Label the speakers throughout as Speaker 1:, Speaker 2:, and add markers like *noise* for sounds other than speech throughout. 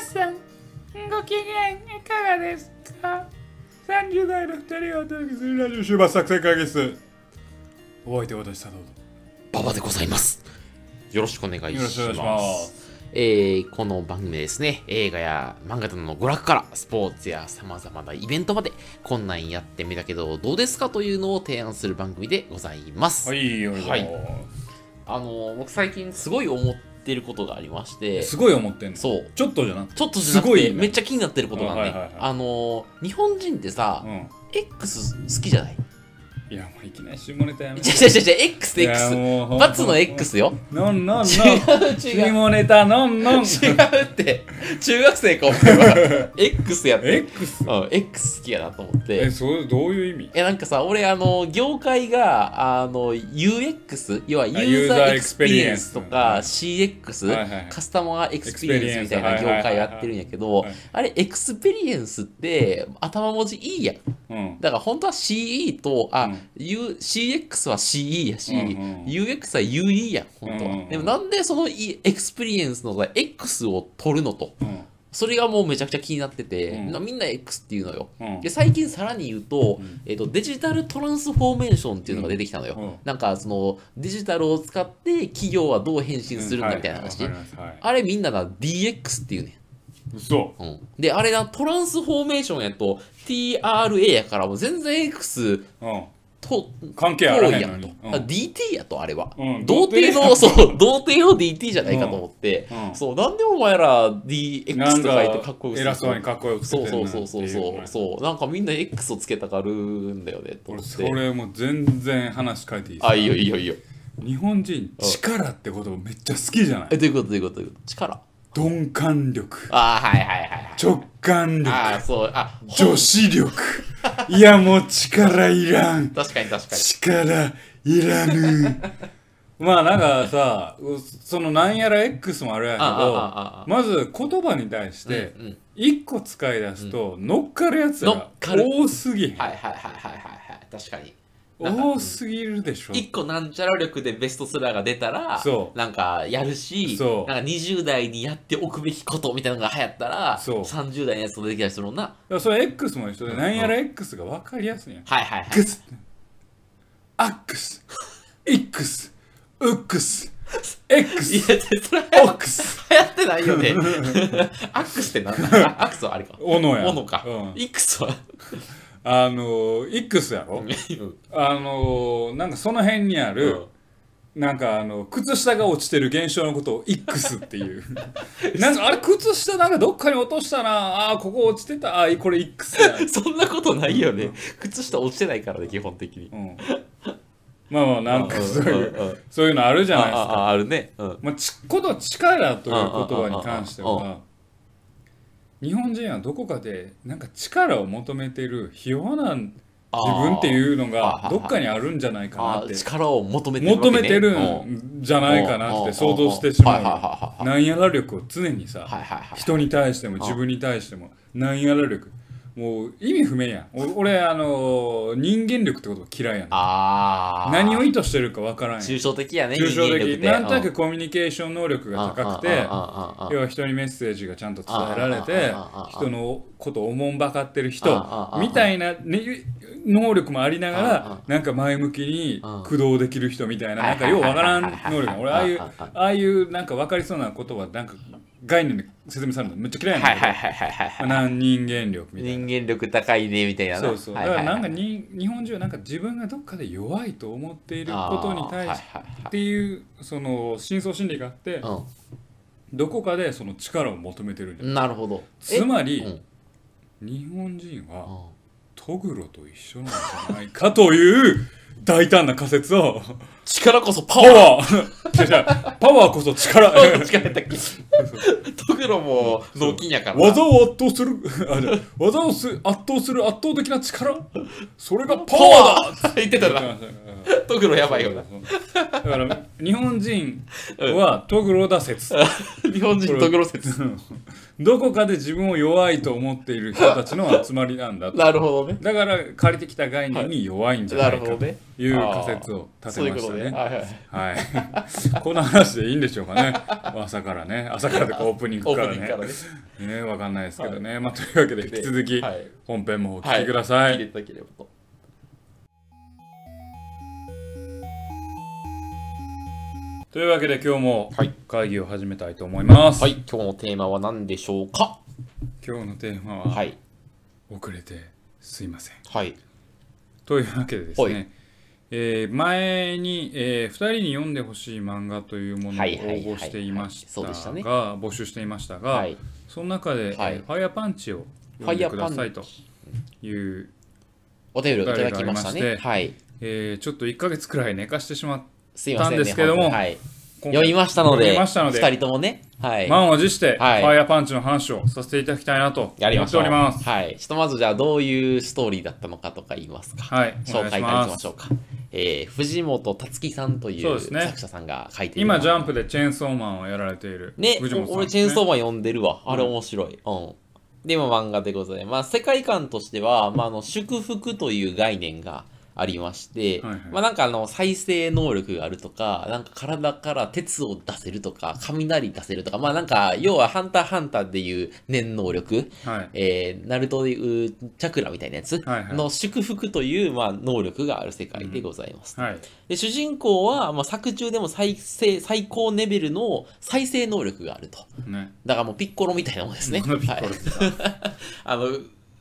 Speaker 1: さん、ご機嫌いかがですか ?30 代の2人がお届けするラジオ終末作戦会議室。お相手は私、佐藤
Speaker 2: 馬場でございます。よろしくお願いし
Speaker 1: よ
Speaker 2: ま
Speaker 1: ろし
Speaker 2: す。
Speaker 1: くお願いします。
Speaker 2: えーこの番組ですね、映画や漫画などの娯楽からスポーツや様々なイベントまで、こんなんやってみたけどどうですかというのを提案する番組でございます。
Speaker 1: はい、お願いしま
Speaker 2: あのー僕最近すごい思ってることがありまし
Speaker 1: す
Speaker 2: て、
Speaker 1: すごい思ってんの。
Speaker 2: そう。
Speaker 1: ちょっとじゃなくて。
Speaker 2: ちょっとじゃなく
Speaker 1: すごい
Speaker 2: て、
Speaker 1: ね
Speaker 2: めっちゃ気になってることがある
Speaker 1: あ
Speaker 2: ね。
Speaker 1: はいはいはい
Speaker 2: あのー日本人ってさ、
Speaker 1: うん。
Speaker 2: X 好きじゃない
Speaker 1: いや、もういきなり下ネタやめ
Speaker 2: 違う違う違う、X で
Speaker 1: いや
Speaker 2: X。
Speaker 1: もうほんと
Speaker 2: 罰の X よ。
Speaker 1: ノンノンノン。
Speaker 2: 違う違う。
Speaker 1: 下ネタノンノン。
Speaker 2: 違うって中学生かお前は X やって、
Speaker 1: X?
Speaker 2: うん、X 好きやなと思っ
Speaker 1: え、
Speaker 2: て
Speaker 1: そう、どういう意味
Speaker 2: えなんかさ俺あの業界があの UX 要はユーザーエクスペリエンスとか
Speaker 1: ユ
Speaker 2: CX、
Speaker 1: はいはいはい
Speaker 2: カスタマーエクスペリエンスみたいな
Speaker 1: エクス
Speaker 2: 業
Speaker 1: ペリエンス
Speaker 2: 界やってるんやけど、
Speaker 1: はいはいはい
Speaker 2: あれエクスペリエンスって頭文字 E やん
Speaker 1: うん。
Speaker 2: だから本当は CE とあ、
Speaker 1: うん
Speaker 2: U、CX は CE やし、
Speaker 1: うんうん
Speaker 2: UX は UE やん本当は、
Speaker 1: うんうんうん
Speaker 2: でもなんでその E エクスペリエンスのさ X を取るのと
Speaker 1: うん。
Speaker 2: それがもうめちゃくちゃ気になってて、
Speaker 1: うん
Speaker 2: なみんな X っていうのよ。
Speaker 1: うん
Speaker 2: で最近さらに言うと,、
Speaker 1: うん
Speaker 2: えっとデジタルトランスフォーメーションっていうのが出てきたのよ、
Speaker 1: うんうん
Speaker 2: なんかそのデジタルを使って企業はどう変身するんだみたいな話、
Speaker 1: うんはいわかりますはい
Speaker 2: あれみんなな DX っていうね、
Speaker 1: 嘘
Speaker 2: うん、であれなトランスフォーメーションやと TRA やからもう全然 X
Speaker 1: うん
Speaker 2: と
Speaker 1: 関係あらへんのに
Speaker 2: 遠いやと、
Speaker 1: うん
Speaker 2: あ DT やとあれは、
Speaker 1: うん
Speaker 2: 童貞の
Speaker 1: *laughs* 童貞
Speaker 2: そう童貞の DT じゃないかと思って、
Speaker 1: うんうん
Speaker 2: そうなんでお前ら DX とか言ってかっこよく
Speaker 1: 偉そうにかっこよくつ
Speaker 2: そ
Speaker 1: け
Speaker 2: う
Speaker 1: てん
Speaker 2: そ
Speaker 1: な
Speaker 2: う
Speaker 1: って
Speaker 2: そ
Speaker 1: いう
Speaker 2: そうそうそうなんかみんな X をつけたがるんだよねと
Speaker 1: 俺
Speaker 2: 思っ
Speaker 1: そ
Speaker 2: て
Speaker 1: れもう全然話変えていいですか
Speaker 2: あいいよいいよいいよ
Speaker 1: 日本人力って言葉めっちゃ好きじゃな
Speaker 2: え
Speaker 1: い
Speaker 2: どういうことどういうことどういうこと力
Speaker 1: 鈍感力
Speaker 2: あーはいはいはいはい
Speaker 1: 直感
Speaker 2: あー
Speaker 1: 力
Speaker 2: そうあほん
Speaker 1: 女子力いやもう力いらん
Speaker 2: 確かに確かに
Speaker 1: 力いらぬまあなんかさそのなんやら X もあるやけ
Speaker 2: あああああ
Speaker 1: どまず言葉に対して
Speaker 2: うんうん
Speaker 1: 一個使い出すと乗っかるやつ
Speaker 2: 乗っ
Speaker 1: が
Speaker 2: かる
Speaker 1: 多すぎへん
Speaker 2: はいはいはいはいはいはい確かになんか
Speaker 1: 多すぎるでしょ
Speaker 2: 一個なんちゃら力でベストセラーが出たら
Speaker 1: そう
Speaker 2: なんかやるし
Speaker 1: そう
Speaker 2: なんか20代にやっておくべきことみたいなのが流行ったら
Speaker 1: そう
Speaker 2: 30代のやつもできたりするもんな
Speaker 1: だからそれ X も一緒で、
Speaker 2: うん
Speaker 1: なんやら X が分かりやすいんや。
Speaker 2: はいはいはい
Speaker 1: X、X、X、X、
Speaker 2: い
Speaker 1: X、
Speaker 2: やそれ流
Speaker 1: X。
Speaker 2: 行ってないよねアックスってなんだあアックスはあれか
Speaker 1: 斧や。
Speaker 2: 斧か、
Speaker 1: うん
Speaker 2: いくつは
Speaker 1: あのー、X やろあのー、なんかその辺にある、なんかあの、靴下が落ちてる現象のことを X って
Speaker 2: *laughs*
Speaker 1: いう。なんかあれ、靴下なんかどっかに落としたな。ああー、ここ落ちてた。ああ、これ X や。
Speaker 2: そんなことないよね靴下落ちてないからね基本的に
Speaker 1: うん。まあまあ、なんかそうい
Speaker 2: うんうんうん
Speaker 1: う、そういうのあるじ
Speaker 2: あ
Speaker 1: ゃ
Speaker 2: あ
Speaker 1: ないですか。
Speaker 2: ああるね、うん、
Speaker 1: まあ、ちこと力という言葉に関して
Speaker 2: うんうんうん
Speaker 1: は日本人はどこかでなんか力を求めてるひ弱な自分って
Speaker 2: う
Speaker 1: いうのが
Speaker 2: あー
Speaker 1: どっかにあるんじゃないかなって
Speaker 2: 力を求めてるわけ
Speaker 1: 求
Speaker 2: ね
Speaker 1: めてる
Speaker 2: う
Speaker 1: ん
Speaker 2: ん
Speaker 1: じゃないかなっ
Speaker 2: うん
Speaker 1: て想像してし
Speaker 2: はいはいは
Speaker 1: ま
Speaker 2: いは
Speaker 1: う
Speaker 2: い
Speaker 1: なんやら力を常にさ
Speaker 2: はいはいはい
Speaker 1: 人に対しても自分に対してもなんやら力もう意味不明やんお俺あのー人間力って言葉嫌いやん
Speaker 2: ああ。
Speaker 1: 何を意図してるかわからんやん
Speaker 2: 抽象的やね。
Speaker 1: 抽象的
Speaker 2: 人間力って
Speaker 1: なんとなくコミュニケーション能力が高くて要は人にメッセージがちゃんと伝えられて
Speaker 2: ああああああ
Speaker 1: 人のことをおもんばかってる
Speaker 2: ああ
Speaker 1: 人
Speaker 2: ああ
Speaker 1: みたいな、ね、能力もありなが
Speaker 2: ああ
Speaker 1: らなんか前向きに駆動できる人みたいな
Speaker 2: ああ
Speaker 1: なんかようわからん能力俺ああいう
Speaker 2: ああ
Speaker 1: ああいうなんか分かりそうなことはなんか概念で説明されるのめっちゃ嫌い
Speaker 2: は
Speaker 1: ないん
Speaker 2: は
Speaker 1: だ
Speaker 2: いはいはいはい
Speaker 1: けど、ま
Speaker 2: は
Speaker 1: あなん人間力
Speaker 2: い。
Speaker 1: みたいな。
Speaker 2: 人間力高いねみたいな。
Speaker 1: そうそうだ
Speaker 2: は
Speaker 1: か
Speaker 2: いはいは
Speaker 1: ら
Speaker 2: い
Speaker 1: なんかに日本人はなんか自分がどっかで弱いと思っていることに対して
Speaker 2: あーはいはい
Speaker 1: っていうその深層心理があって
Speaker 2: はい
Speaker 1: どこかでその力を求めてるんじゃ
Speaker 2: う
Speaker 1: ない
Speaker 2: ん。なるほど。え
Speaker 1: つまり、
Speaker 2: うん
Speaker 1: 日本人は
Speaker 2: うん
Speaker 1: トグロと一緒なんじゃないかという大胆な仮説
Speaker 2: *laughs*
Speaker 1: を
Speaker 2: 力こそパ
Speaker 1: パ
Speaker 2: ワー
Speaker 1: ワー *laughs* 違う違うパワーこそ力
Speaker 2: *laughs* 力やったっけトグロも脳筋やからな。
Speaker 1: 技を圧倒する *laughs* あ違う技をす圧倒する圧倒的な力それがパ
Speaker 2: パ
Speaker 1: ワーだ *laughs*
Speaker 2: ワー言ってたな。
Speaker 1: うん
Speaker 2: トグロやばいよな。
Speaker 1: だから日本人はトグロだ
Speaker 2: *laughs*
Speaker 1: 説
Speaker 2: 日本人トグロ説。
Speaker 1: どこかで自分を弱いと思っている人たちの集まりなんだと
Speaker 2: なるほどね。
Speaker 1: だから借りてきた概念に弱いんじゃ
Speaker 2: な
Speaker 1: な
Speaker 2: る
Speaker 1: い
Speaker 2: ほ
Speaker 1: か
Speaker 2: ど
Speaker 1: と
Speaker 2: ね。
Speaker 1: いう仮説を立
Speaker 2: そうい
Speaker 1: てま
Speaker 2: うこ
Speaker 1: した
Speaker 2: とね。
Speaker 1: ね
Speaker 2: はいはい。
Speaker 1: はいこの話でいいんでしょうかね朝からね朝からとかオープニング
Speaker 2: オ
Speaker 1: から
Speaker 2: ープニン
Speaker 1: ね
Speaker 2: グからね。
Speaker 1: ねわかんないですけどね、まあというわけで引き続き
Speaker 2: はい。
Speaker 1: 本編もお聞きくださ
Speaker 2: 聞いて
Speaker 1: い、
Speaker 2: いただければと。
Speaker 1: というわけで今日も
Speaker 2: はい
Speaker 1: 会議を始めたいと思います、
Speaker 2: はい。今日のテーマは何でしょうか
Speaker 1: 今日のテーマは、
Speaker 2: はい。
Speaker 1: 遅れてすいません
Speaker 2: はい。
Speaker 1: というわけでです
Speaker 2: は
Speaker 1: ね、えー前に、え2人に読んでほしい漫画というものを応
Speaker 2: はいはいはいはい
Speaker 1: 募していました
Speaker 2: そうでしたね
Speaker 1: が募集していましたが、
Speaker 2: はい。
Speaker 1: その中で、
Speaker 2: はい
Speaker 1: えーファイアパンチを読んでくださいという、
Speaker 2: お便りをいただきました
Speaker 1: お便り
Speaker 2: ね。
Speaker 1: が
Speaker 2: はい。
Speaker 1: えーちょっと1ヶ月くらい寝かしてしまっ
Speaker 2: すいませんね。
Speaker 1: たんですけども
Speaker 2: 本当にはい。
Speaker 1: た
Speaker 2: 読みましたの
Speaker 1: 読
Speaker 2: で、
Speaker 1: みましたので
Speaker 2: 二人ともね。はい。
Speaker 1: 満を持して、
Speaker 2: はい
Speaker 1: ファイアパンチの話をさせていただきたいなと
Speaker 2: やり
Speaker 1: 思
Speaker 2: ま
Speaker 1: っ
Speaker 2: してょう。
Speaker 1: おります。
Speaker 2: はい。ひとまずじゃあどういうストーリーだったのかとか言いますか。
Speaker 1: はい、お願
Speaker 2: 紹
Speaker 1: いし
Speaker 2: 介からいき
Speaker 1: ま
Speaker 2: ますしょうか。えー、藤本つ樹さんとい
Speaker 1: そう
Speaker 2: う
Speaker 1: ですね
Speaker 2: 作者さんが書いてる。
Speaker 1: 今、ジャンプでチェーンソーマンをやられている
Speaker 2: ね、
Speaker 1: 藤本さん、
Speaker 2: 俺チェーンソ
Speaker 1: ー
Speaker 2: ーマン読んでるわ。あれ面白い。うん。で、まあ漫画でございます。世界観としては、まあ、あの、祝福という概念がありまして、
Speaker 1: はいはい
Speaker 2: まあなんかあの、再生能力があるとか、なんか体から鉄を出せるとか、雷出せるとか、まあなんか、要はハンターハンターでいう念能力、
Speaker 1: マン。はい、
Speaker 2: えー、ナルトでいうチャクラみたいなやつ
Speaker 1: はいはい
Speaker 2: の祝福という、まあ、能力がある世界でございます。
Speaker 1: はい、
Speaker 2: で主人公は、まあ、作中でも再生最高レベルの再生能力があると。
Speaker 1: ね。
Speaker 2: だからもうピッコロみたいなもんですね。
Speaker 1: この *laughs* ピッコロ
Speaker 2: はい、
Speaker 1: です
Speaker 2: あの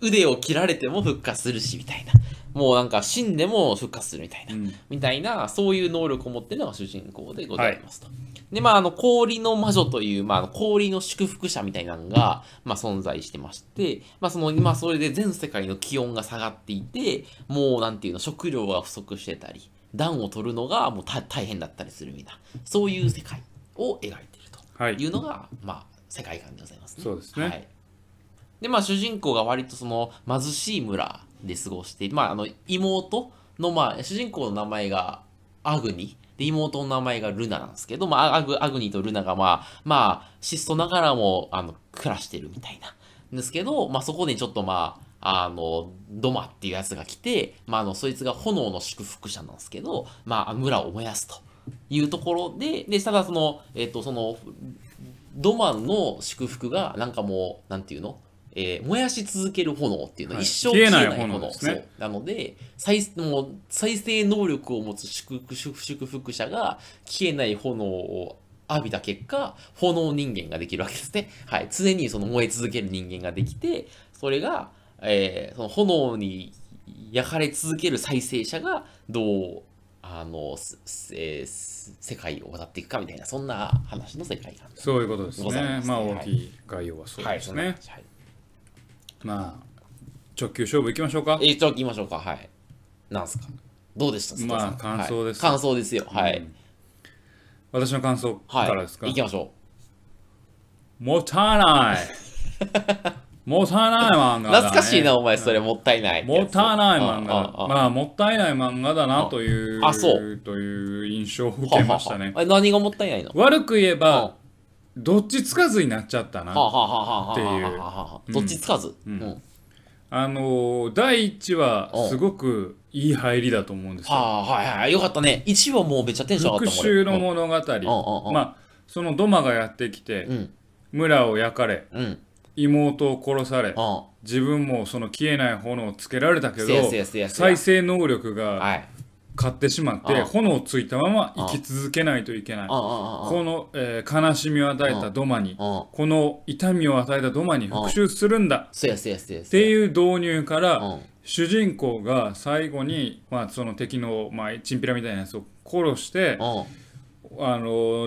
Speaker 2: 腕を切られても復活するしみたいな。もうなんか死んでも復活するみたいな。
Speaker 1: うん
Speaker 2: みたいな、そういう能力を持ってるのが主人公でございますと。で、まあ、あの、氷の魔女という、まああの、氷の祝福者みたいなのが、まあ、存在してまして、まあ、その、今、それで全世界の気温が下がっていて、もう、なんていうの、食料が不足してたり、暖を取るのが、もうた、大変だったりするみたいな、そういう世界を描いていると。
Speaker 1: はい
Speaker 2: い、うのが、まあ、世界観でございますね。
Speaker 1: そうですね
Speaker 2: はい、で、まあ、主人公が割とその貧しい村で過ごして、まあ、あの妹の、まあ、主人公の名前がアグニ。で、妹の名前がルナなんですけど、まあ、アグアグニとルナが、まあ、まあ、質素ながらも、あの、暮らしてるみたいな。ですけど、まあ、そこにちょっとまあ、あの、ドマっていうやつが来て、まあ、あの、そいつが炎の祝福者なんですけど、まあ、村を燃やすというところで、で、ただその、えっ、と、その、ドマの祝福が、なんかもう、なんていうのえー燃やし続ける炎っていうのは
Speaker 1: はい
Speaker 2: 一生
Speaker 1: 消
Speaker 2: 消
Speaker 1: え
Speaker 2: え
Speaker 1: な
Speaker 2: ないい炎,、
Speaker 1: 炎ですね
Speaker 2: そうなので再もう再生能力を持つ祝福祝福祝福者が消えない炎を浴びた結果炎人間ができるわけですね、はい、常にその燃え続ける人間ができてそれが、えーその炎に焼かれ続ける再生者がどうあの、すすえーす世界を渡っていくかみたいなそんな話の世界観
Speaker 1: そういうことです
Speaker 2: ござい
Speaker 1: ね
Speaker 2: ま。す
Speaker 1: ま
Speaker 2: ね
Speaker 1: あ、
Speaker 2: はい
Speaker 1: 大きい概要はそうですね。
Speaker 2: はいそんな感じ
Speaker 1: まあ、直球勝負いきましょうか
Speaker 2: はい、。えー、ちょっと行きましょうかはいなんすかどうでした佐藤さん
Speaker 1: まあ感想です
Speaker 2: はい感想ですよはい、
Speaker 1: うん私の感想
Speaker 2: はい
Speaker 1: からですか、
Speaker 2: 行きましょ
Speaker 1: もったい
Speaker 2: *laughs*
Speaker 1: ないもったいない漫画
Speaker 2: う
Speaker 1: だ、ね、
Speaker 2: 懐かしいなお前それもったいない
Speaker 1: もったいない漫
Speaker 2: あ
Speaker 1: 画
Speaker 2: あああ
Speaker 1: まあもったいない漫画だなという
Speaker 2: あそう
Speaker 1: という印象を受けましたね
Speaker 2: はははあ何がもったいないの
Speaker 1: 悪く言え
Speaker 2: は
Speaker 1: ばどっちつかずになっちゃった
Speaker 2: あはあ
Speaker 1: な
Speaker 2: はあはあはあはあはあはあ
Speaker 1: っていう
Speaker 2: どっちつかず、うん
Speaker 1: うんあのー第一話
Speaker 2: うん
Speaker 1: すごくいい入りだと思うんです
Speaker 2: は
Speaker 1: よ
Speaker 2: あはいはいよかったね一はもうめっちゃテンション上
Speaker 1: 復
Speaker 2: がったもん俺
Speaker 1: 讐の物語
Speaker 2: んうん
Speaker 1: まあそのドマがやってきて
Speaker 2: うん
Speaker 1: 村を焼かれ
Speaker 2: うんうん
Speaker 1: 妹を殺され
Speaker 2: あ
Speaker 1: 自分もその消えない炎をつけられたけ
Speaker 2: せやせや
Speaker 1: ど
Speaker 2: せやせや
Speaker 1: 再生能力が
Speaker 2: はい
Speaker 1: 勝ってしまっ
Speaker 2: あ
Speaker 1: て
Speaker 2: あ
Speaker 1: 炎ついたまま生き続けないといけない
Speaker 2: ああああ
Speaker 1: この、えー悲しみを与えたドマに
Speaker 2: ああ
Speaker 1: この痛みを与えたドマに復讐するんだ
Speaker 2: せやせやせや
Speaker 1: っ
Speaker 2: せ
Speaker 1: て
Speaker 2: や
Speaker 1: いう導入か
Speaker 2: う
Speaker 1: ら
Speaker 2: ん
Speaker 1: 主人公が最後に、まあ、その敵の、まあ、チンピラみたいなやつを殺してあ
Speaker 2: うん
Speaker 1: の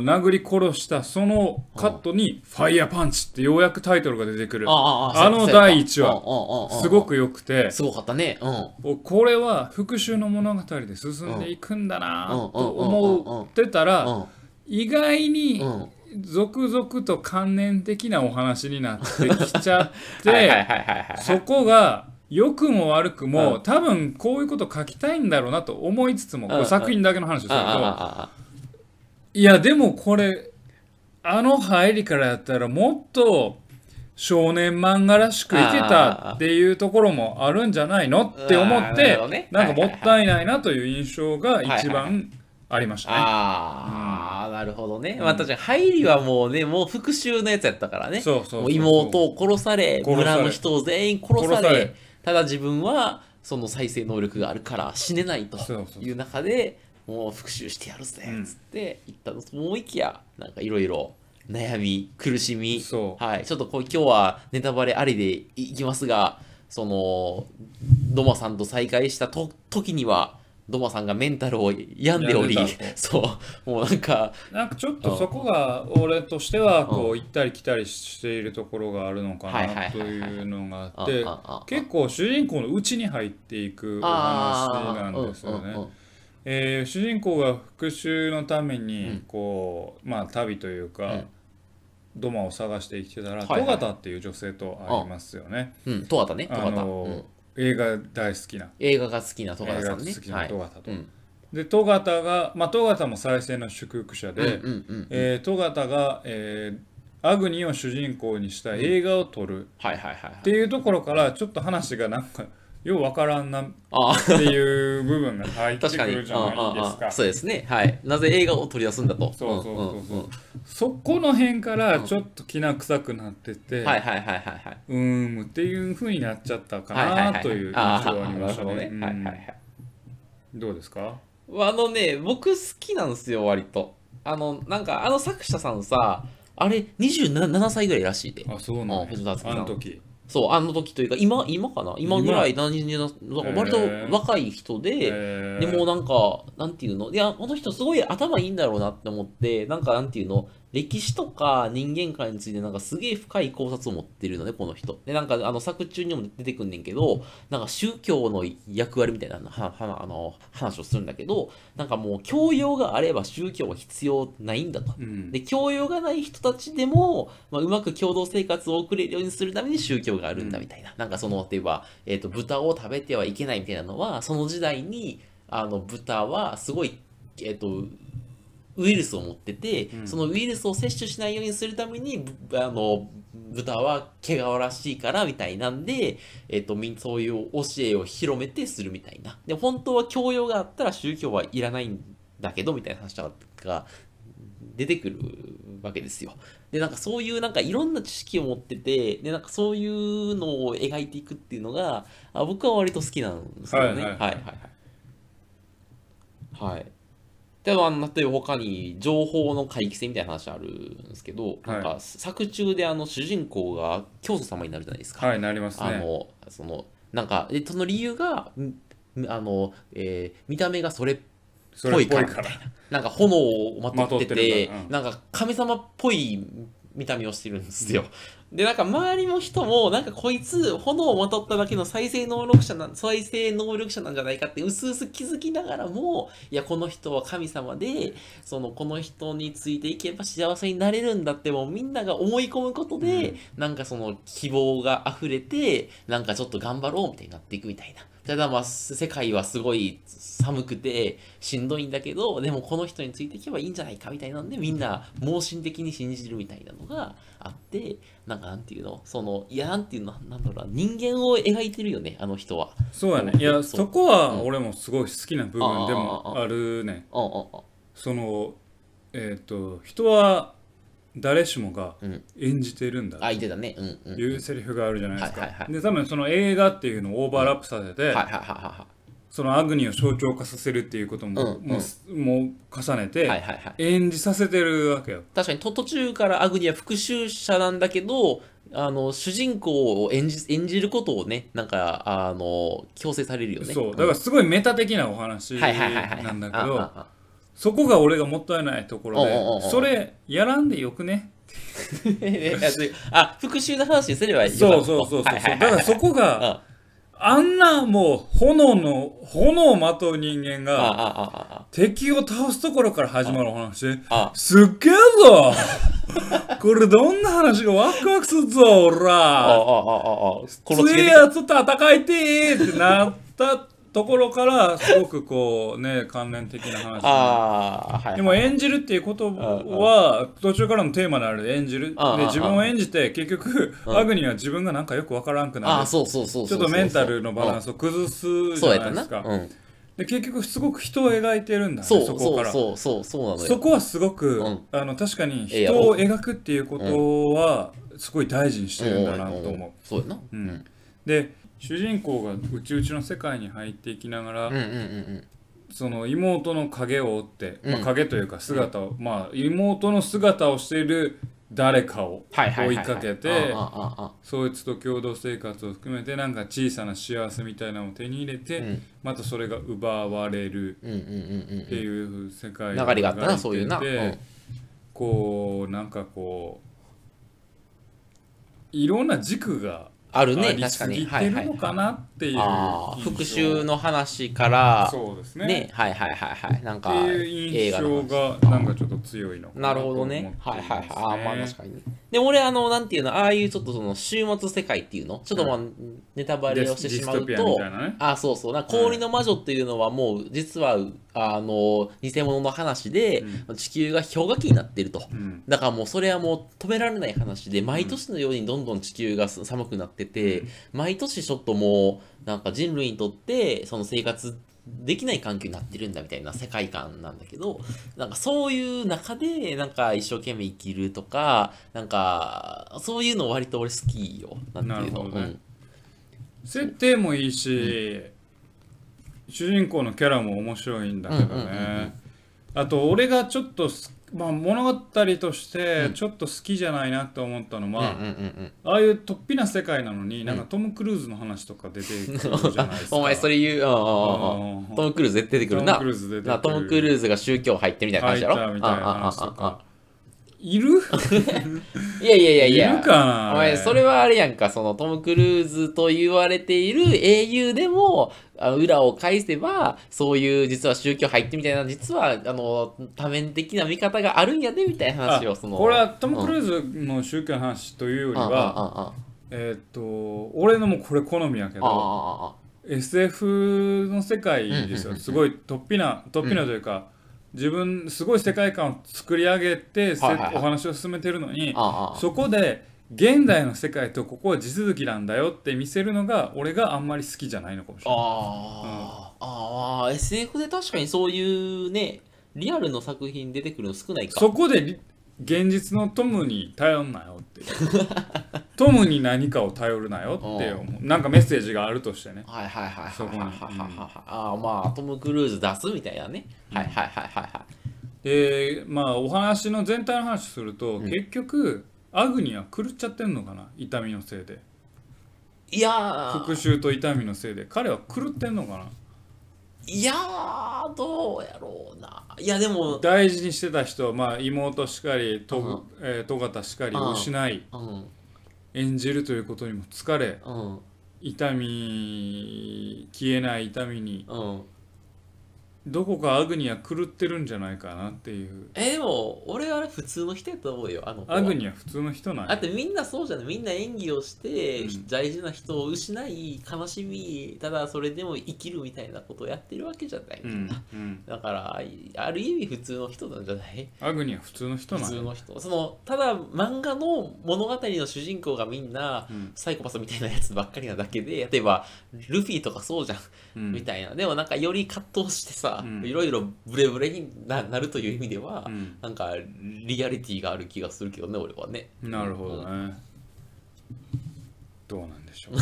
Speaker 1: 殴り殺したそのカットに「ファイヤーパンチ」ってようやくタイトルが出てくる
Speaker 2: ああああ
Speaker 1: あの第一話
Speaker 2: 話
Speaker 1: すごく良くて
Speaker 2: すごかったねうんうん
Speaker 1: おこれは復讐の物語で進んでいくんだなと思ってたら意外に
Speaker 2: うん
Speaker 1: 続々と関連的なお話になってきちゃっ
Speaker 2: *laughs* はいはいはい
Speaker 1: て
Speaker 2: はいはい
Speaker 1: そこが良くも悪くも、
Speaker 2: う
Speaker 1: 多分こういうこと書きたいんだろうなと思いつつも、これ
Speaker 2: うん
Speaker 1: 作品だけの話をする
Speaker 2: あ
Speaker 1: と、
Speaker 2: あ
Speaker 1: いやでもこれあの入りからやったらもっと少年漫画らしくいけたっていうところもあるんじゃないのって思っ
Speaker 2: あーなる
Speaker 1: て
Speaker 2: ほどね
Speaker 1: なんかもったいないなという印象が一番ありまし
Speaker 2: ああ
Speaker 1: たね。
Speaker 2: ああなるほどね。まあ確かに入りはもうね、もう復讐のやつやったからね。
Speaker 1: そうそうそう
Speaker 2: もう妹を殺され、
Speaker 1: 殺され
Speaker 2: 村の人を全員殺され、
Speaker 1: 殺され
Speaker 2: ただ自分はその再生能力があるから死ねないと
Speaker 1: そうそう
Speaker 2: いう中で、もう復讐してやるぜ
Speaker 1: うん
Speaker 2: っつって言ったのと思いきや、なんかいろいろ悩み、苦しみ、
Speaker 1: そう
Speaker 2: はい、ちょっとこう今日はネタバレありでいきますが、その、ドマさんと再会したと時には、ドマさんがメンタルを病んでおり
Speaker 1: 病んで、た
Speaker 2: *laughs* そう、もうなんか、
Speaker 1: なんかちょっとそこが俺としてはこう行ったり来たりしているところがあるのか
Speaker 2: はいはいは
Speaker 1: な
Speaker 2: いは
Speaker 1: いというのがあっ
Speaker 2: う
Speaker 1: て
Speaker 2: んうんうん
Speaker 1: 結構主人公の内に入っていくお話なんですよね
Speaker 2: あーうんうんうん。
Speaker 1: えー主人公が復讐のために、
Speaker 2: うん
Speaker 1: こうまあ旅というか、
Speaker 2: うん
Speaker 1: ドマを探して生きてたら
Speaker 2: はいはい
Speaker 1: 戸方っていう女性と会いますよね、
Speaker 2: うん、戸方ね、戸
Speaker 1: あ
Speaker 2: 方、
Speaker 1: の
Speaker 2: う
Speaker 1: ー
Speaker 2: ん。
Speaker 1: 映画大好きな
Speaker 2: 映画が好きな戸方さんね。
Speaker 1: 映画が好きな戸方と
Speaker 2: はいうん
Speaker 1: で戸方がまあ戸方も再生の祝福者で、
Speaker 2: うんうんうんうん
Speaker 1: えー戸方が、えーアグニを主人公にした映画を撮る
Speaker 2: はいはいはいは
Speaker 1: って
Speaker 2: い。
Speaker 1: いうところからちょっと話がなんかようわからんなっ
Speaker 2: ああ、
Speaker 1: ていう部分が入って
Speaker 2: *laughs* 確
Speaker 1: く
Speaker 2: かに。う
Speaker 1: る
Speaker 2: ん
Speaker 1: じゃないです
Speaker 2: うんう
Speaker 1: か
Speaker 2: ん。そうですね。はい。なぜ映画を取り出すんだと。
Speaker 1: そうそうそうそうん
Speaker 2: ん
Speaker 1: そこの辺からちょっときな臭くなってて、
Speaker 2: んはいはいはいはいはい。
Speaker 1: うーんっていう風になっちゃったか
Speaker 2: はいはいは
Speaker 1: ないという印象
Speaker 2: あ
Speaker 1: はありました
Speaker 2: ーな
Speaker 1: ね
Speaker 2: るほどね。はいはいはい。
Speaker 1: うんどうですか
Speaker 2: あのね、僕好きなんですよ、割と。あの、なんか、あの作者さんさ、あれ、27歳ぐらいらしいで。
Speaker 1: あそうなん
Speaker 2: あ藤田敦樹さん
Speaker 1: あの時
Speaker 2: そう、あの時というか、今、今かな今ぐらい、何人だから割と
Speaker 1: へー
Speaker 2: 若い人で、
Speaker 1: えー
Speaker 2: でもなんか、なんていうのいや、この人すごい頭いいんだろうなって思って、なんか、なんていうの歴史とか人間界についてなんかすげえ深い考察を持ってるのね、この人。で、なんかあの作中にも出てくんねんけど、なんか宗教の役割みたいなははあの話をするんだけど、なんかもう教養があれば宗教は必要ないんだと。
Speaker 1: うん
Speaker 2: で教養がない人たちでも、まあ、うまく共同生活を送れるようにするために宗教があるんだみたいな、なんかその例えば、えー、と豚を食べてはいけないみたいなのはその時代にあの豚はすごい、えー、とウイルスを持ってて、
Speaker 1: うん
Speaker 2: そのウイルスを摂取しないようにするためにぶあの豚は毛皮らしいからみたいなんで、えっとみんそういう教えを広めてするみたいなで本当は教養があったら宗教はいらないんだけどみたいな話が出てくるわけですよ。でなんかそういうなんかいろんな知識を持っててでなんかそういうのを描いていくっていうのがあ僕は割と好きなんですよね。
Speaker 1: はいはい
Speaker 2: はいはいはい。はいでは例えば他に情報の回帰性みたいな話あるんですけど、なんか作中であの主人公が教祖様になるじゃないですか。
Speaker 1: はいなります
Speaker 2: あ
Speaker 1: ね
Speaker 2: のそのなんかえその理由がんあの、えー見た目がそれっ
Speaker 1: それっぽい
Speaker 2: ぽい
Speaker 1: か
Speaker 2: からなんか炎をまとって
Speaker 1: まと
Speaker 2: て
Speaker 1: ってるからうん
Speaker 2: なんか神様っぽい見た目をしてるんですよ。でなんか周りの人もなんかこいつ炎をまとっただけの再生能力者なん再生能力者なんじゃないかって薄々気づきながらもいやこの人は神様でそのこの人についていけば幸せになれるんだってもうみんなが思い込むことで、
Speaker 1: うん
Speaker 2: なんかその希望が溢れてなんかちょっと頑張ろうみたいになっていくみたいな。ただまあ世界はすごい寒くてしんどいんだけどでもこの人についていけばいいんじゃないかみたいなんでみんな盲信的に信じるみたいなのがあってなんかなんていうのそのいやなんていうのなんだろうな人間を描いてるよねあの人は。
Speaker 1: そうやね
Speaker 2: うん
Speaker 1: いや
Speaker 2: そう
Speaker 1: そこは俺もすごい好きな部分で
Speaker 2: あ
Speaker 1: も
Speaker 2: ああ
Speaker 1: あるね
Speaker 2: うんうんうん
Speaker 1: そのえっ、と人は誰しもが
Speaker 2: うん
Speaker 1: 演じてるんだ
Speaker 2: あ言ってたね。うんうん。
Speaker 1: いうセリフがあるじゃないです
Speaker 2: はいはいは
Speaker 1: か
Speaker 2: い
Speaker 1: で多分その映画っていうのをオーバーラップさせて、
Speaker 2: はいはいはいは
Speaker 1: そのアグニを象徴化させるっていうことも、
Speaker 2: うん
Speaker 1: もうすもう重ねて、
Speaker 2: いはいはいはい。
Speaker 1: 演じさせてるわけよ。
Speaker 2: 確かにと途中からアグニは復讐者なんだけどあの主人公を演じ演じることをねなんかあの強制されるよね
Speaker 1: そうだからすごいメタ的なお話
Speaker 2: うんはいはいはいはい
Speaker 1: なんだけ
Speaker 2: あ
Speaker 1: ど
Speaker 2: ああ
Speaker 1: そこが俺がもったいないところ
Speaker 2: おうおうおうお
Speaker 1: で
Speaker 2: う
Speaker 1: それやらんでよくね
Speaker 2: ああ復讐の話にすればいい
Speaker 1: そうそうそうそう
Speaker 2: はいはいはい
Speaker 1: だからそこが
Speaker 2: あ
Speaker 1: あんなもう炎の炎をまとう人間
Speaker 2: あ
Speaker 1: が
Speaker 2: ああ
Speaker 1: 敵を倒すところから始まるお話
Speaker 2: あああ
Speaker 1: すっげえぞ
Speaker 2: *laughs*
Speaker 1: これどんな話がワクワクするぞお
Speaker 2: ああああ
Speaker 1: ら
Speaker 2: ああ殺
Speaker 1: 強
Speaker 2: し
Speaker 1: い
Speaker 2: て
Speaker 1: やつと戦いてーってなったところからすごくこう
Speaker 2: *laughs*
Speaker 1: ね関連的な話
Speaker 2: ああはい
Speaker 1: でも演じるっていうことは途中からのテーマである演じるで
Speaker 2: あああ
Speaker 1: 自分を演じて結局
Speaker 2: ん
Speaker 1: アグニーは自分がなんかよくわからんく
Speaker 2: あ
Speaker 1: な
Speaker 2: あ
Speaker 1: る
Speaker 2: そうそうそう
Speaker 1: ち
Speaker 2: そ
Speaker 1: ょ
Speaker 2: う
Speaker 1: っとメンタルのバラン
Speaker 2: ス
Speaker 1: スを崩すじ
Speaker 2: そう
Speaker 1: ゃ
Speaker 2: や
Speaker 1: ない
Speaker 2: った
Speaker 1: で
Speaker 2: な
Speaker 1: すか
Speaker 2: うん
Speaker 1: で結局すごく人を描いてるんだね
Speaker 2: そ
Speaker 1: そうこ
Speaker 2: そ
Speaker 1: か
Speaker 2: う
Speaker 1: ら
Speaker 2: そうそうそうなの
Speaker 1: そ
Speaker 2: よ
Speaker 1: こはすごく
Speaker 2: うん
Speaker 1: あの確かに
Speaker 2: ええや
Speaker 1: 人
Speaker 2: ろ
Speaker 1: を描くっていうことはすごい大事にしてるんだなと
Speaker 2: うんうんうん
Speaker 1: 思う
Speaker 2: そうやな
Speaker 1: う
Speaker 2: うんんうん
Speaker 1: で主人公がうちうちの世界に入っていきながら、
Speaker 2: うんうん
Speaker 1: その妹の影を追って、まあ、
Speaker 2: うん
Speaker 1: 影というか姿を、まあ妹の姿をしている誰かを
Speaker 2: はいは
Speaker 1: 追
Speaker 2: いはい
Speaker 1: い
Speaker 2: はい
Speaker 1: かけ
Speaker 2: あ
Speaker 1: て
Speaker 2: あああああ
Speaker 1: そいつと共同生活を含めてなんか小さな幸せみたいなのを手に入れて、
Speaker 2: うん
Speaker 1: またそれが奪われる
Speaker 2: うんうんうん
Speaker 1: って
Speaker 2: うん
Speaker 1: いう世界
Speaker 2: 流れがあったなそういうな
Speaker 1: で
Speaker 2: うん
Speaker 1: こうなんかこういろんな軸が
Speaker 2: ある
Speaker 1: あ
Speaker 2: ね
Speaker 1: り
Speaker 2: 確
Speaker 1: す
Speaker 2: かに
Speaker 1: ぎ
Speaker 2: は
Speaker 1: て
Speaker 2: い
Speaker 1: る
Speaker 2: はい
Speaker 1: のかなっていう
Speaker 2: ああ復
Speaker 1: 印象
Speaker 2: 讐の話から
Speaker 1: そうですね
Speaker 2: ねはいはいはいはいなん
Speaker 1: って
Speaker 2: か
Speaker 1: いう
Speaker 2: 映
Speaker 1: 印
Speaker 2: 画の
Speaker 1: 象
Speaker 2: 話
Speaker 1: がなんかちょっと強いのか
Speaker 2: なる
Speaker 1: と
Speaker 2: ほ
Speaker 1: 思
Speaker 2: ど
Speaker 1: って
Speaker 2: ね。はいはいはい。あ
Speaker 1: ます
Speaker 2: あー、まあ確かにね。で、俺、あの、なんていうの、ああいうちょっとその、週末世界っていうの、ちょっとまあ、ネタバレをしてしまう
Speaker 1: ディストピアみ
Speaker 2: と
Speaker 1: たいなね、
Speaker 2: ああ、そうそう、なんか氷の魔女っていうのはもう、実は、あの、偽物の話で、地球が氷河期になってると。
Speaker 1: うん
Speaker 2: だからもうそれはもう止められない話で毎年のようにどんどん地球がす寒くなってて、毎年ちょっともうなんか人類にとってその生活できない環境になってるんだみたいな世界観なんだけどなんかそういう中でなんか一生懸命生きるとかなんかそういうの割と俺好きよなんていうの
Speaker 1: なるほどね設定もいいし、主人公のキャラも面白いんだけどね、
Speaker 2: うんうんうんうん
Speaker 1: あと俺がちょっとすまあ、物語としてちょっと好きじゃないなと思ったの
Speaker 2: うん
Speaker 1: は、
Speaker 2: うんうんうん
Speaker 1: ああいう突飛な世界なのに、なんかトム・クルーズの話とか出てくるじゃないですか
Speaker 2: *laughs* お前それ言う、うんうんうんうん、トム・クルーズ絶対出てくるな
Speaker 1: トムクルーズ出てくる
Speaker 2: なトム・クルーズが宗教入ってるみたいな話やろ
Speaker 1: 入ったみたいな話とか
Speaker 2: うんうんうんうん
Speaker 1: いる
Speaker 2: いやいやいやい
Speaker 1: い
Speaker 2: や。
Speaker 1: るかな
Speaker 2: お前、それはあれやんか、そのトム・クルーズと言われている英雄でも、あの裏を返せば、そういう実は宗教入ってみたいな、実は、あの、多面的な見方があるんやで、みたいな
Speaker 1: あ
Speaker 2: 話を、その。
Speaker 1: これはトム・クルーズの宗教の話というよ
Speaker 2: うん、
Speaker 1: り
Speaker 2: うんうんうん
Speaker 1: は、えーっと俺のもこれ好みやけ
Speaker 2: うんうんうん
Speaker 1: ど SF の世界です
Speaker 2: う
Speaker 1: よ
Speaker 2: んうんうんうん
Speaker 1: すごい突飛な突飛なというか、自分すごい世界観を作り上げて、せ
Speaker 2: はいはいはい
Speaker 1: お話を進めてるのに
Speaker 2: ああ
Speaker 1: そこで現代の世界とここは地続きなんだよって見せるのが俺があんまり好きじゃないのかもしれない。
Speaker 2: ああ、ああ、SF で確かにそういうね、リアルの作品出てくるの少ないか。
Speaker 1: そこでり現実のトムに頼んなよっ
Speaker 2: *laughs*
Speaker 1: ていうトムに何かを頼るなよって思うなんかメッセージがあるとしてね
Speaker 2: はいはいはい
Speaker 1: そ
Speaker 2: は
Speaker 1: こ
Speaker 2: い
Speaker 1: に
Speaker 2: はいはいはいはい。ああ、まあ、トム・クルーズ出すみたいなね。はいはいはいはいはい。
Speaker 1: でまあお話の全体の話すると、
Speaker 2: ん
Speaker 1: 結局アグニは狂っちゃってんのかな痛みのせいで
Speaker 2: いや
Speaker 1: 復
Speaker 2: ー、
Speaker 1: 讐と痛みのせいで彼は狂ってんのかない
Speaker 2: やー、どうやろうな。いや、でも、
Speaker 1: 大事にしてた人は、まあ、妹しかりと
Speaker 2: うん
Speaker 1: えー戸方しかり
Speaker 2: うん
Speaker 1: 失い
Speaker 2: うん、
Speaker 1: 演じるということにも疲れ
Speaker 2: うん、
Speaker 1: 痛み消えない痛みに
Speaker 2: うん。
Speaker 1: どこかアグニは狂ってるんじゃないかなっていう
Speaker 2: え、でも、俺は普通の人やと思うよ、あの子は
Speaker 1: アグニは普通の人なん
Speaker 2: だっ
Speaker 1: や
Speaker 2: てみんなそうじゃないみんな演技をして、
Speaker 1: うん
Speaker 2: 大事な人を失い悲しみただそれでも生きるみたいなことをやってるわけじゃない、
Speaker 1: う
Speaker 2: み
Speaker 1: ん
Speaker 2: んな
Speaker 1: うん
Speaker 2: だからある意味普通の人なんじゃない
Speaker 1: アグニは普通の人
Speaker 2: 普
Speaker 1: なん
Speaker 2: 通
Speaker 1: や
Speaker 2: の人そのただ漫画の物語の主人公がみんな
Speaker 1: うん
Speaker 2: サイコパスみたいなやつばっかりなだけで例えばルフィとかそうじゃん
Speaker 1: うん
Speaker 2: みたいなでもなんかより葛藤してさ、
Speaker 1: うん
Speaker 2: いろいろブレブレにななるという意味では、
Speaker 1: うん
Speaker 2: なんかリアリティがある気がするけどね俺はね
Speaker 1: なるほど
Speaker 2: うん
Speaker 1: ねどうなんでしょう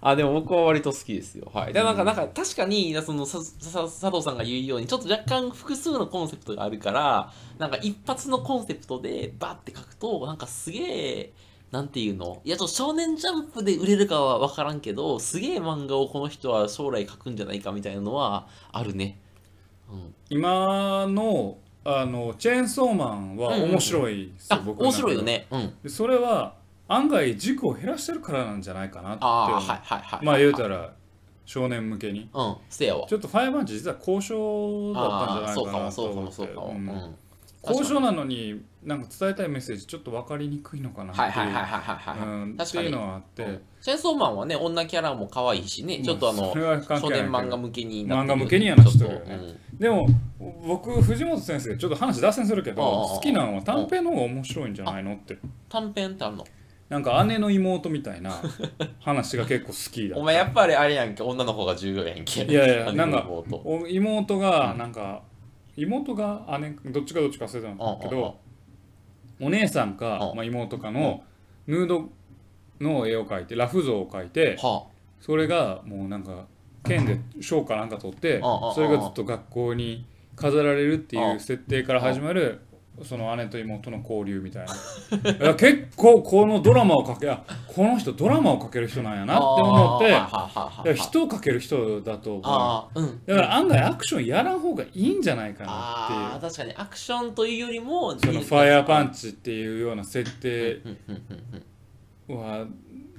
Speaker 2: あでも僕は割と好きですよはいだからなんかなんか確かにそのささ佐藤さんが言うようにちょっと若干複数のコンセプトがあるからなんか一発のコンセプトでバッて書くとなんかすげえなんていうのいやちょっと少年ジャンプで売れるかは分からんけどすげえ漫画をこの人は将来書くんじゃないかみたいなのはあるねうん
Speaker 1: 今のあのチェーンソーマンは面白いですよ
Speaker 2: あ
Speaker 1: 僕の中で
Speaker 2: 面白いよねうん
Speaker 1: でそれは案外事故を減らしてるからなんじゃないかなって
Speaker 2: ああ、
Speaker 1: 思
Speaker 2: は
Speaker 1: う
Speaker 2: いはいはい。
Speaker 1: まあ言う
Speaker 2: ら。
Speaker 1: たら少年向けに
Speaker 2: うん、せやわ。
Speaker 1: ちょっとファイバンチ実は交渉だったんじゃ
Speaker 2: ああ、
Speaker 1: ない
Speaker 2: そう
Speaker 1: か
Speaker 2: か
Speaker 1: な
Speaker 2: も、
Speaker 1: と
Speaker 2: そうか
Speaker 1: 思
Speaker 2: も、
Speaker 1: っ
Speaker 2: そ
Speaker 1: て
Speaker 2: うかも。
Speaker 1: う
Speaker 2: うんん。
Speaker 1: 交渉
Speaker 2: の。
Speaker 1: なのになんか伝えたいメッセージちょっと分かりにくいのかなって
Speaker 2: はいはいはいいうはいはいはい。
Speaker 1: うんっ
Speaker 2: 確
Speaker 1: て
Speaker 2: かに
Speaker 1: いうのはあって、
Speaker 2: うんチェンソーマンはね、女キャラも可愛いしね、ちょっとあ
Speaker 1: ま
Speaker 2: の
Speaker 1: そ、れは関係
Speaker 2: 少
Speaker 1: ない
Speaker 2: 年
Speaker 1: けど
Speaker 2: 漫画向けになって
Speaker 1: 漫画向けにはなっ
Speaker 2: ち
Speaker 1: と
Speaker 2: ょ
Speaker 1: る
Speaker 2: っ
Speaker 1: よ
Speaker 2: と、
Speaker 1: ね
Speaker 2: うん
Speaker 1: でも僕藤本先生ちょっと話脱線するけど
Speaker 2: ああ
Speaker 1: 好きなのは短編の方が面白いんじゃないのって
Speaker 2: 短編ってあるの
Speaker 1: なんか姉の妹みたい
Speaker 2: *laughs*
Speaker 1: な話が結構好きだ
Speaker 2: お前やっぱりあれやんけ、女の子が重要やんけ。
Speaker 1: いやいや
Speaker 2: あ
Speaker 1: な
Speaker 2: の
Speaker 1: んか
Speaker 2: 妹
Speaker 1: お妹がなんか妹が姉どっちかどっちか忘れたんだけどお姉さんか
Speaker 2: うん
Speaker 1: まあ妹かのヌードの絵を描いてラフ像を描いて
Speaker 2: は
Speaker 1: それがもうなんか県で賞かなんか取って
Speaker 2: んうんうん
Speaker 1: それがずっと学校に飾られるっていううん設定から始まるその姉と妹の交流みたいな *laughs* いや結構このドラマをかけあこの人ドラマをかける人なんや
Speaker 2: あ
Speaker 1: なって思って
Speaker 2: あ
Speaker 1: い
Speaker 2: ーはいはいはいは
Speaker 1: や
Speaker 2: い
Speaker 1: 人をかける人だと思う
Speaker 2: ああ、うん。
Speaker 1: だから案外アクションやらん方がいいんじゃないかな
Speaker 2: あ
Speaker 1: っ
Speaker 2: あ、確かにアクションというよりも、
Speaker 1: ていうそのファイアーパ
Speaker 2: ン
Speaker 1: ンチっていうような設定
Speaker 2: うんうんうんうん。
Speaker 1: は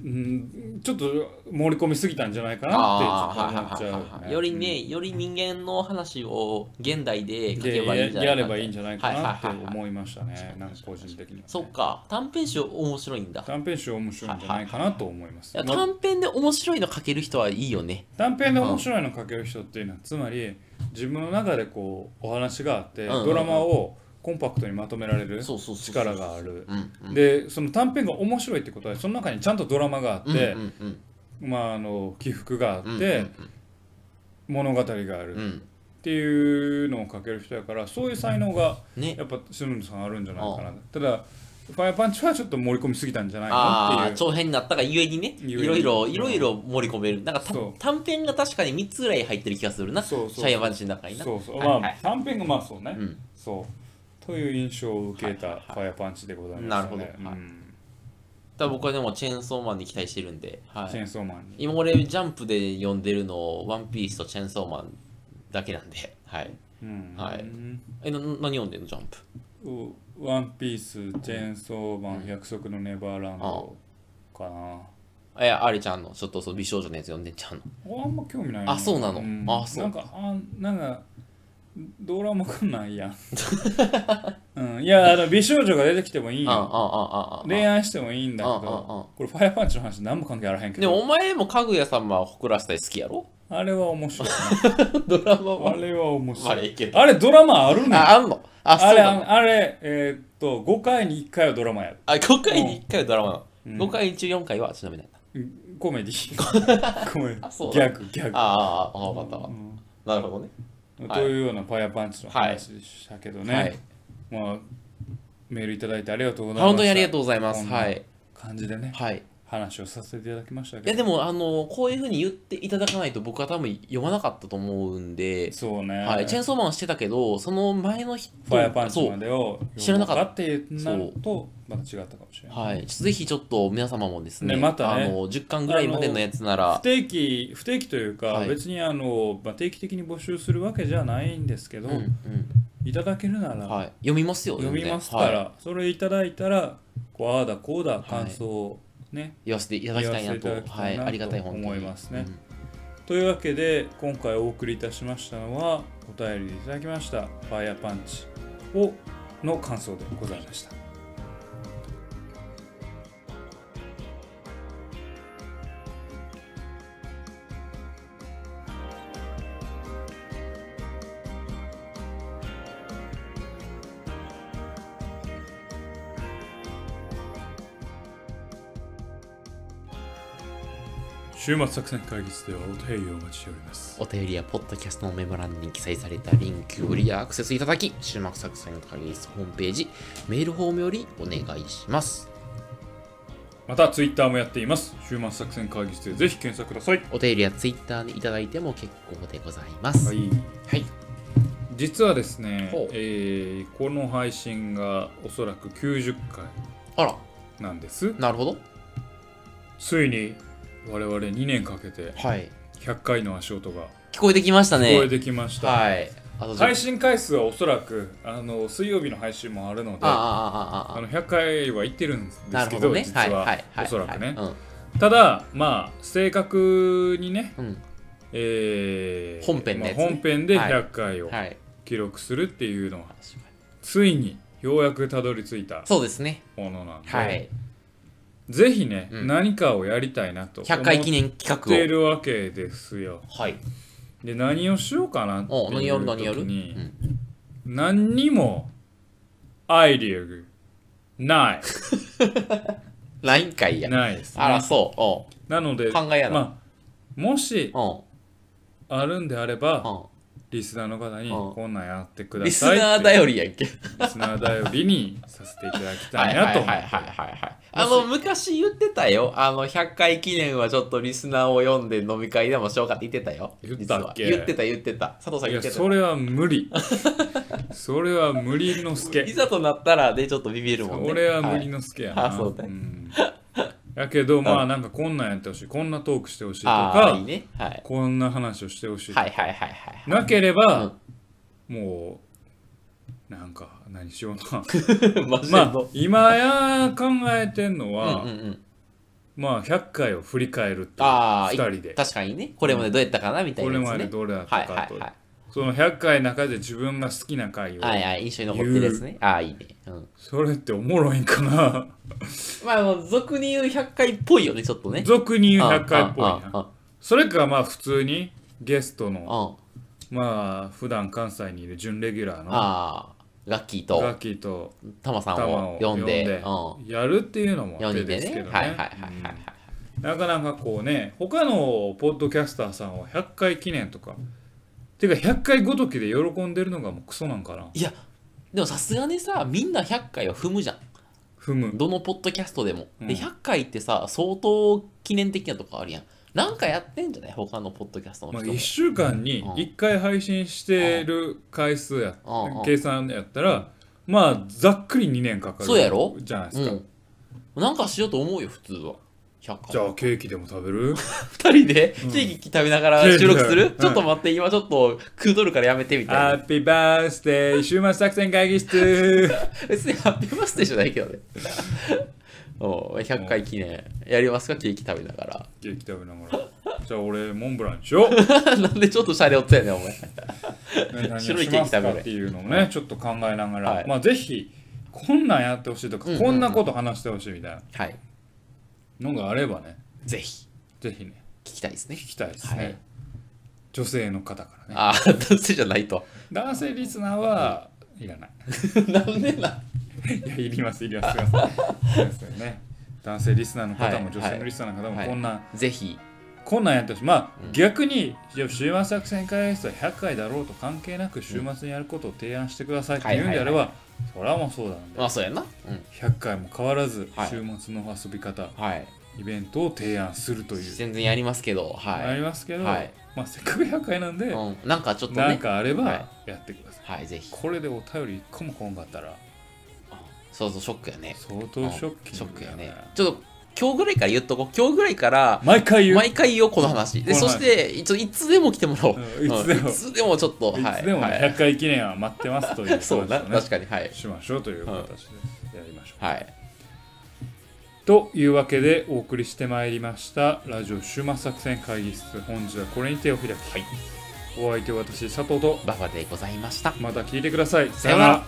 Speaker 1: うんちょっと盛り込みすぎたんじゃないか
Speaker 2: ああ
Speaker 1: なってちょっと思っちゃ
Speaker 2: は
Speaker 1: う
Speaker 2: いはい
Speaker 1: ね、
Speaker 2: はいはいよりね、より人間の話を現代で書
Speaker 1: で
Speaker 2: けばいいんじゃないか
Speaker 1: やればいいんじゃないかなって
Speaker 2: はいはいはいはい
Speaker 1: 思いましたね、なんか個人的にはね、
Speaker 2: そっか、短編集面白いんだ。
Speaker 1: 短編集面白いんじゃないかなと思います。
Speaker 2: いや
Speaker 1: まあ
Speaker 2: 短編で面白いの書ける人はいいよね。
Speaker 1: 短編で面白いの書ける人っていうのは、つまり自分の中でこうお話があって、
Speaker 2: うんうんうん
Speaker 1: ドラマをコンパクトにまとめられる
Speaker 2: そうそうそう。
Speaker 1: 力がある。
Speaker 2: うんうん。
Speaker 1: でその短編が面白いってことはその中にちゃんとドラマがあっ
Speaker 2: うん
Speaker 1: て、
Speaker 2: うんうん
Speaker 1: まあ、あの起伏があって、
Speaker 2: うんうん
Speaker 1: 物語がある
Speaker 2: う
Speaker 1: っ
Speaker 2: ん
Speaker 1: ていうのを書ける人やからそういう才能が
Speaker 2: うんね。
Speaker 1: やっぱ篠野さんあるんじゃないかなただファイアパンチはちょっと盛り込みすぎたんじゃない
Speaker 2: あ
Speaker 1: か
Speaker 2: あ
Speaker 1: っ
Speaker 2: ー、
Speaker 1: ていう
Speaker 2: 長編になったがゆえにね、い
Speaker 1: ゆえに
Speaker 2: ろいろ、いろいろ盛り込める。なんかた
Speaker 1: そう
Speaker 2: 短編が確かに3つぐらい入ってる気がするな。
Speaker 1: そうそうそう
Speaker 2: シャイアマンチの中にな。
Speaker 1: そうそう
Speaker 2: はい
Speaker 1: ま
Speaker 2: は
Speaker 1: あ
Speaker 2: い
Speaker 1: 短編がまあそうね
Speaker 2: うん
Speaker 1: そうという印象を受けたファイアパンチでございますね
Speaker 2: なるほどはい
Speaker 1: うん
Speaker 2: ただ僕はでもチェーンソーマンに期待してるんで。はい
Speaker 1: チェーンソーマンに
Speaker 2: 今俺ジャンプで読んでるのワンピースとチェーンソーマンだけなんではい
Speaker 1: うん
Speaker 2: はいえな何読んでんのジャンプ
Speaker 1: うワンピースチェーンソーマ
Speaker 2: う
Speaker 1: ン
Speaker 2: ん
Speaker 1: 約束のネバーランドかな
Speaker 2: あいやあれちゃんのちょっとその美少女のやつ読んでんちゃうの
Speaker 1: あんま興味ない
Speaker 2: あそうなの
Speaker 1: ん
Speaker 2: あそう
Speaker 1: なんかあんなんかドラマがないやん、 *laughs* うん、いやあの美少女が出てきてもいい
Speaker 2: ああ
Speaker 1: よ
Speaker 2: ああああ
Speaker 1: 恋愛してもいいんだけ
Speaker 2: うんうんうん
Speaker 1: どこれファイアパンチの話何も関係あらへんけ
Speaker 2: でも
Speaker 1: ど
Speaker 2: お前もかぐや様を誇らせたい好きやろ *laughs*
Speaker 1: あれは面白いね
Speaker 2: ドラマ
Speaker 1: あ
Speaker 2: は
Speaker 1: れは面白
Speaker 2: あ
Speaker 1: い
Speaker 2: れいけど
Speaker 1: あれドラマあるね
Speaker 2: ああんのあ
Speaker 1: あ
Speaker 2: そう
Speaker 1: れ
Speaker 2: なの
Speaker 1: あれえーっと5回に1回はドラマやる
Speaker 2: あ5回に1回はドラマなの、
Speaker 1: うん
Speaker 2: 5回中4回はちなみになんだ
Speaker 1: うんコメディ
Speaker 2: *laughs*
Speaker 1: コメデ
Speaker 2: あ
Speaker 1: ィ
Speaker 2: そう
Speaker 1: ギャグギャグ
Speaker 2: ああああ分かったわ
Speaker 1: う、ん
Speaker 2: なるほどねはい
Speaker 1: というようなファイアパンチの話でしたけどね、
Speaker 2: はい
Speaker 1: まあ、メールいただいてありがとうございました。
Speaker 2: 本当にありがとうございま
Speaker 1: こ
Speaker 2: す
Speaker 1: んな
Speaker 2: はい
Speaker 1: 感じでね、
Speaker 2: はい
Speaker 1: 話をさせていただきましたけ
Speaker 2: い
Speaker 1: ど。
Speaker 2: やでもあのこういうふうに言っていただかないと僕は多分読まなかったと思うんで、
Speaker 1: そうね、
Speaker 2: はい、チェーンソーマンはしてたけどその前の人
Speaker 1: ファイアパンチ
Speaker 2: そ
Speaker 1: ま
Speaker 2: う
Speaker 1: でを
Speaker 2: 知らなかった
Speaker 1: ってなると、また違ったかもしれない。
Speaker 2: はい、ぜひちょっと皆様もですね
Speaker 1: ねまたね
Speaker 2: あの10巻ぐらいまでのやつな
Speaker 1: 不
Speaker 2: ら
Speaker 1: 定期不定期というか、
Speaker 2: はい
Speaker 1: 別にあの、まあ、定期的に募集するわけじゃないんですけど、
Speaker 2: うん
Speaker 1: いただけるな
Speaker 2: う
Speaker 1: ら
Speaker 2: んはい、読みますよ
Speaker 1: 読みます
Speaker 2: 全
Speaker 1: か
Speaker 2: 然
Speaker 1: ら、
Speaker 2: はい
Speaker 1: それいただいたらこうああだこうだ感想をね、
Speaker 2: 言わせていただきたいなと
Speaker 1: 言わせていただき
Speaker 2: は
Speaker 1: たい
Speaker 2: い、
Speaker 1: なと
Speaker 2: ありがたい本当に
Speaker 1: 思いますねというわけで今回お送りいたしましたのはお便りいただきました「ファイヤーパンチを」の感想でございました。週末作戦会議室ではお便りをお待ちしております。
Speaker 2: お便りやポッドキャストのメモ欄に記載されたリンクよりアクセスいただき終幕作戦会議室ホームページメールフォームよりお願いします
Speaker 1: またツイッターもやっています。週末作戦会議室でぜひ検索ください。
Speaker 2: お便りやツイッターにいただいても結構でございます
Speaker 1: はい、
Speaker 2: はい
Speaker 1: 実はですね
Speaker 2: ほう、
Speaker 1: えーこの配信がおそらく90回
Speaker 2: あら
Speaker 1: なんです。
Speaker 2: なるほど
Speaker 1: ついに我々2年かけて
Speaker 2: はい
Speaker 1: 100回の足音が
Speaker 2: 聞こえてきましたね
Speaker 1: 聞こえてきました。
Speaker 2: はいあとじゃあ
Speaker 1: 配信回数はおそらくあの水曜日の配信もあるので
Speaker 2: ああ
Speaker 1: あ
Speaker 2: あああああ
Speaker 1: の100回は行ってるんです
Speaker 2: なる
Speaker 1: け
Speaker 2: ほ
Speaker 1: ど
Speaker 2: どね
Speaker 1: 実
Speaker 2: はい
Speaker 1: は、
Speaker 2: はいはい
Speaker 1: おそらくね、
Speaker 2: はい
Speaker 1: ただまあ正確にね、
Speaker 2: うんうん
Speaker 1: えー
Speaker 2: 本編のやつね
Speaker 1: まあ本編で100回を
Speaker 2: はい
Speaker 1: 記録するっていうのは、
Speaker 2: 確かに
Speaker 1: ついにようやくたどり着いた
Speaker 2: そうですね
Speaker 1: ものなんで、
Speaker 2: はい
Speaker 1: ぜひね、
Speaker 2: うん
Speaker 1: 何かをやりたいなと思
Speaker 2: 100
Speaker 1: っ
Speaker 2: 回記念企
Speaker 1: てい
Speaker 2: 画を
Speaker 1: るわけですよ
Speaker 2: はい
Speaker 1: で何をしようかなって
Speaker 2: お何
Speaker 1: い
Speaker 2: やる
Speaker 1: う
Speaker 2: 何やる
Speaker 1: 時
Speaker 2: う
Speaker 1: に
Speaker 2: ん
Speaker 1: 何にもアイディアがない
Speaker 2: LINE 会や
Speaker 1: ないです、ね、
Speaker 2: あらそうおう
Speaker 1: なので
Speaker 2: 考えやな
Speaker 1: まあ、もし
Speaker 2: おう
Speaker 1: あるんであれば
Speaker 2: お
Speaker 1: リスナーの方に
Speaker 2: うん
Speaker 1: こんなんやってく
Speaker 2: う
Speaker 1: だ
Speaker 2: リス
Speaker 1: さい
Speaker 2: ナ
Speaker 1: っ
Speaker 2: ー
Speaker 1: て
Speaker 2: 頼りやんけ
Speaker 1: リスナー頼りにさせていただきたいなと思
Speaker 2: はいはいはいはいはいはいあの昔言ってたよあの100回記念はちょっとリスナーを読んで飲み会でもしようかって言ってたよ
Speaker 1: 言ったっけ
Speaker 2: 実は言ってた言ってた佐藤さん
Speaker 1: い
Speaker 2: 言
Speaker 1: や
Speaker 2: って
Speaker 1: それは無理それは無理の助
Speaker 2: たいざとなったらでちょっとビビるもんね
Speaker 1: 俺は無理
Speaker 2: い
Speaker 1: の助やな、
Speaker 2: あそうだね
Speaker 1: んやけどま
Speaker 2: う
Speaker 1: あなんかこんなんやってほしいこんなトークしてほしいと
Speaker 2: あ
Speaker 1: か
Speaker 2: あいいねはい
Speaker 1: こんな話をしてほしいとか、
Speaker 2: はいはいはいはい
Speaker 1: なければ、もうなんか何しよう
Speaker 2: *laughs*
Speaker 1: な
Speaker 2: マジで
Speaker 1: ま
Speaker 2: の
Speaker 1: あ今や考えてんのは、
Speaker 2: うんうんうん
Speaker 1: まあ100回を振り返るっていう
Speaker 2: ああ
Speaker 1: 2人で
Speaker 2: 確かにねこれまでどうやったかなみたい
Speaker 1: こ
Speaker 2: な
Speaker 1: れ
Speaker 2: やつね
Speaker 1: までどれだった
Speaker 2: はい
Speaker 1: か
Speaker 2: はい
Speaker 1: と、
Speaker 2: はい
Speaker 1: その100回の中で自分が好きな回を、
Speaker 2: はいはい印象に残ってるやつねああいいねうん
Speaker 1: それっておもろいんかな
Speaker 2: まああの俗に言う100回っぽいよねちょっとね
Speaker 1: 俗に言う100回っぽい
Speaker 2: うんうん
Speaker 1: なそれかまあ普通にゲストの
Speaker 2: うんうん
Speaker 1: まあ普段関西にいる準レギュラーの
Speaker 2: ああラッキー
Speaker 1: ガ
Speaker 2: と
Speaker 1: ッキーと
Speaker 2: タマさ
Speaker 1: タマ
Speaker 2: んを
Speaker 1: を呼
Speaker 2: 呼
Speaker 1: ん
Speaker 2: んで
Speaker 1: で
Speaker 2: う
Speaker 1: やるっていうのも
Speaker 2: ん、4
Speaker 1: 手
Speaker 2: 人
Speaker 1: で
Speaker 2: です
Speaker 1: け
Speaker 2: ね
Speaker 1: ど
Speaker 2: はいはい
Speaker 1: ね
Speaker 2: はいはいはい
Speaker 1: なかなかこうね他のポッドキャスターさんは100回記念とかてか100回ごときで喜んでるのがもうクソなんかない
Speaker 2: やでもさすがにさみんな100回は踏むじゃん
Speaker 1: 踏む
Speaker 2: どのポッドキャストでも、
Speaker 1: うん
Speaker 2: で100回ってさ相当記念的なとこあるやんなんかやってんじゃない他のポッドキャストの
Speaker 1: まあ、
Speaker 2: 人も、
Speaker 1: 1週間に1回配信してる回数や、
Speaker 2: うんうん
Speaker 1: 計算やったら、まあざっくり2年かかる
Speaker 2: そうやろ
Speaker 1: じゃないですか、
Speaker 2: うんなんかしようと思うよ普通は100回
Speaker 1: じゃあケーキでも食べる
Speaker 2: 2人でケーキ食べながら収録する、
Speaker 1: うん
Speaker 2: ちょっと待って今ちょっと食うとるからやめてみたい
Speaker 1: ハ
Speaker 2: な
Speaker 1: ッピーバースデー週末作戦会議
Speaker 2: *laughs*
Speaker 1: 室
Speaker 2: 別にハッピーバースデーじゃないけどねおう100回記念やりますかケーキ食べながら
Speaker 1: ケーキ食べながらじゃあ俺モンブランにしよう
Speaker 2: なんでちょっとシャレおったよね、お前。
Speaker 1: 何をし
Speaker 2: *laughs* 白いケー
Speaker 1: ま
Speaker 2: キ
Speaker 1: す
Speaker 2: 食べる
Speaker 1: かっていうのもねちょっと考えながら、
Speaker 2: はい
Speaker 1: まあぜひこんなんやってほしいとか、
Speaker 2: うんうんうん
Speaker 1: こんなこと話してほしいみたい
Speaker 2: はい。
Speaker 1: なのがあればね
Speaker 2: ぜひ、
Speaker 1: ぜひね
Speaker 2: 聞きたいですね。
Speaker 1: 聞きたいですね、
Speaker 2: はい
Speaker 1: 女性の方からね
Speaker 2: ああ、男性じゃないと。 *laughs*
Speaker 1: 男性リスナーはいらない *laughs*
Speaker 2: なんでな。
Speaker 1: いや、いります、いります、いり
Speaker 2: *laughs*
Speaker 1: ます。いりますよね。男性リスナーの方も、
Speaker 2: はい
Speaker 1: 女性のリスナーの方
Speaker 2: は
Speaker 1: も、
Speaker 2: い
Speaker 1: こんなん、
Speaker 2: ぜひ、
Speaker 1: こんなんやってほしい。まあ、逆に、いや週末作戦会議室は100回だろうと関係なく、週末にやることを提案してくださいって言うんであれば、それはもうそうなんで、
Speaker 2: まあそうやな。うん。
Speaker 1: 100回も変わらず
Speaker 2: はい、
Speaker 1: 週末の遊び方、
Speaker 2: はい。
Speaker 1: イベントを提案するという、
Speaker 2: 全然やりますけど、
Speaker 1: あ
Speaker 2: は
Speaker 1: りますけど、
Speaker 2: はい
Speaker 1: まあ、せっかく100回なんで、
Speaker 2: い。うん。なんかちょっと
Speaker 1: なん
Speaker 2: ね。
Speaker 1: かあれ
Speaker 2: はい
Speaker 1: ばやってください。
Speaker 2: はい、ぜひ。
Speaker 1: これでお便り1個も来んかったら、
Speaker 2: そうそう、ショックやね。
Speaker 1: 相当ショッキング
Speaker 2: ショックや
Speaker 1: だ
Speaker 2: ね
Speaker 1: な。
Speaker 2: ちょっと、今日ぐらいから言っとこう。今日ぐらいから、
Speaker 1: 毎回言う。
Speaker 2: 毎回言おう、この話。で、
Speaker 1: この話
Speaker 2: そして、いついつでも来てもらおう。
Speaker 1: うんいつでも
Speaker 2: うんいつでもちょっと、
Speaker 1: い
Speaker 2: はい。
Speaker 1: つでも
Speaker 2: はい
Speaker 1: 100回記念は待ってますという話
Speaker 2: *laughs* そ
Speaker 1: を
Speaker 2: うな、
Speaker 1: ね
Speaker 2: 確かに、はい。
Speaker 1: しましょうという形でやりましょう。
Speaker 2: はい。
Speaker 1: というわけでお送りしてまいりましたラジオ終末作戦会議室本日はこれに手を開き、お相手は私佐藤と
Speaker 2: ババでございました。
Speaker 1: また聞いてください。
Speaker 2: さようなら。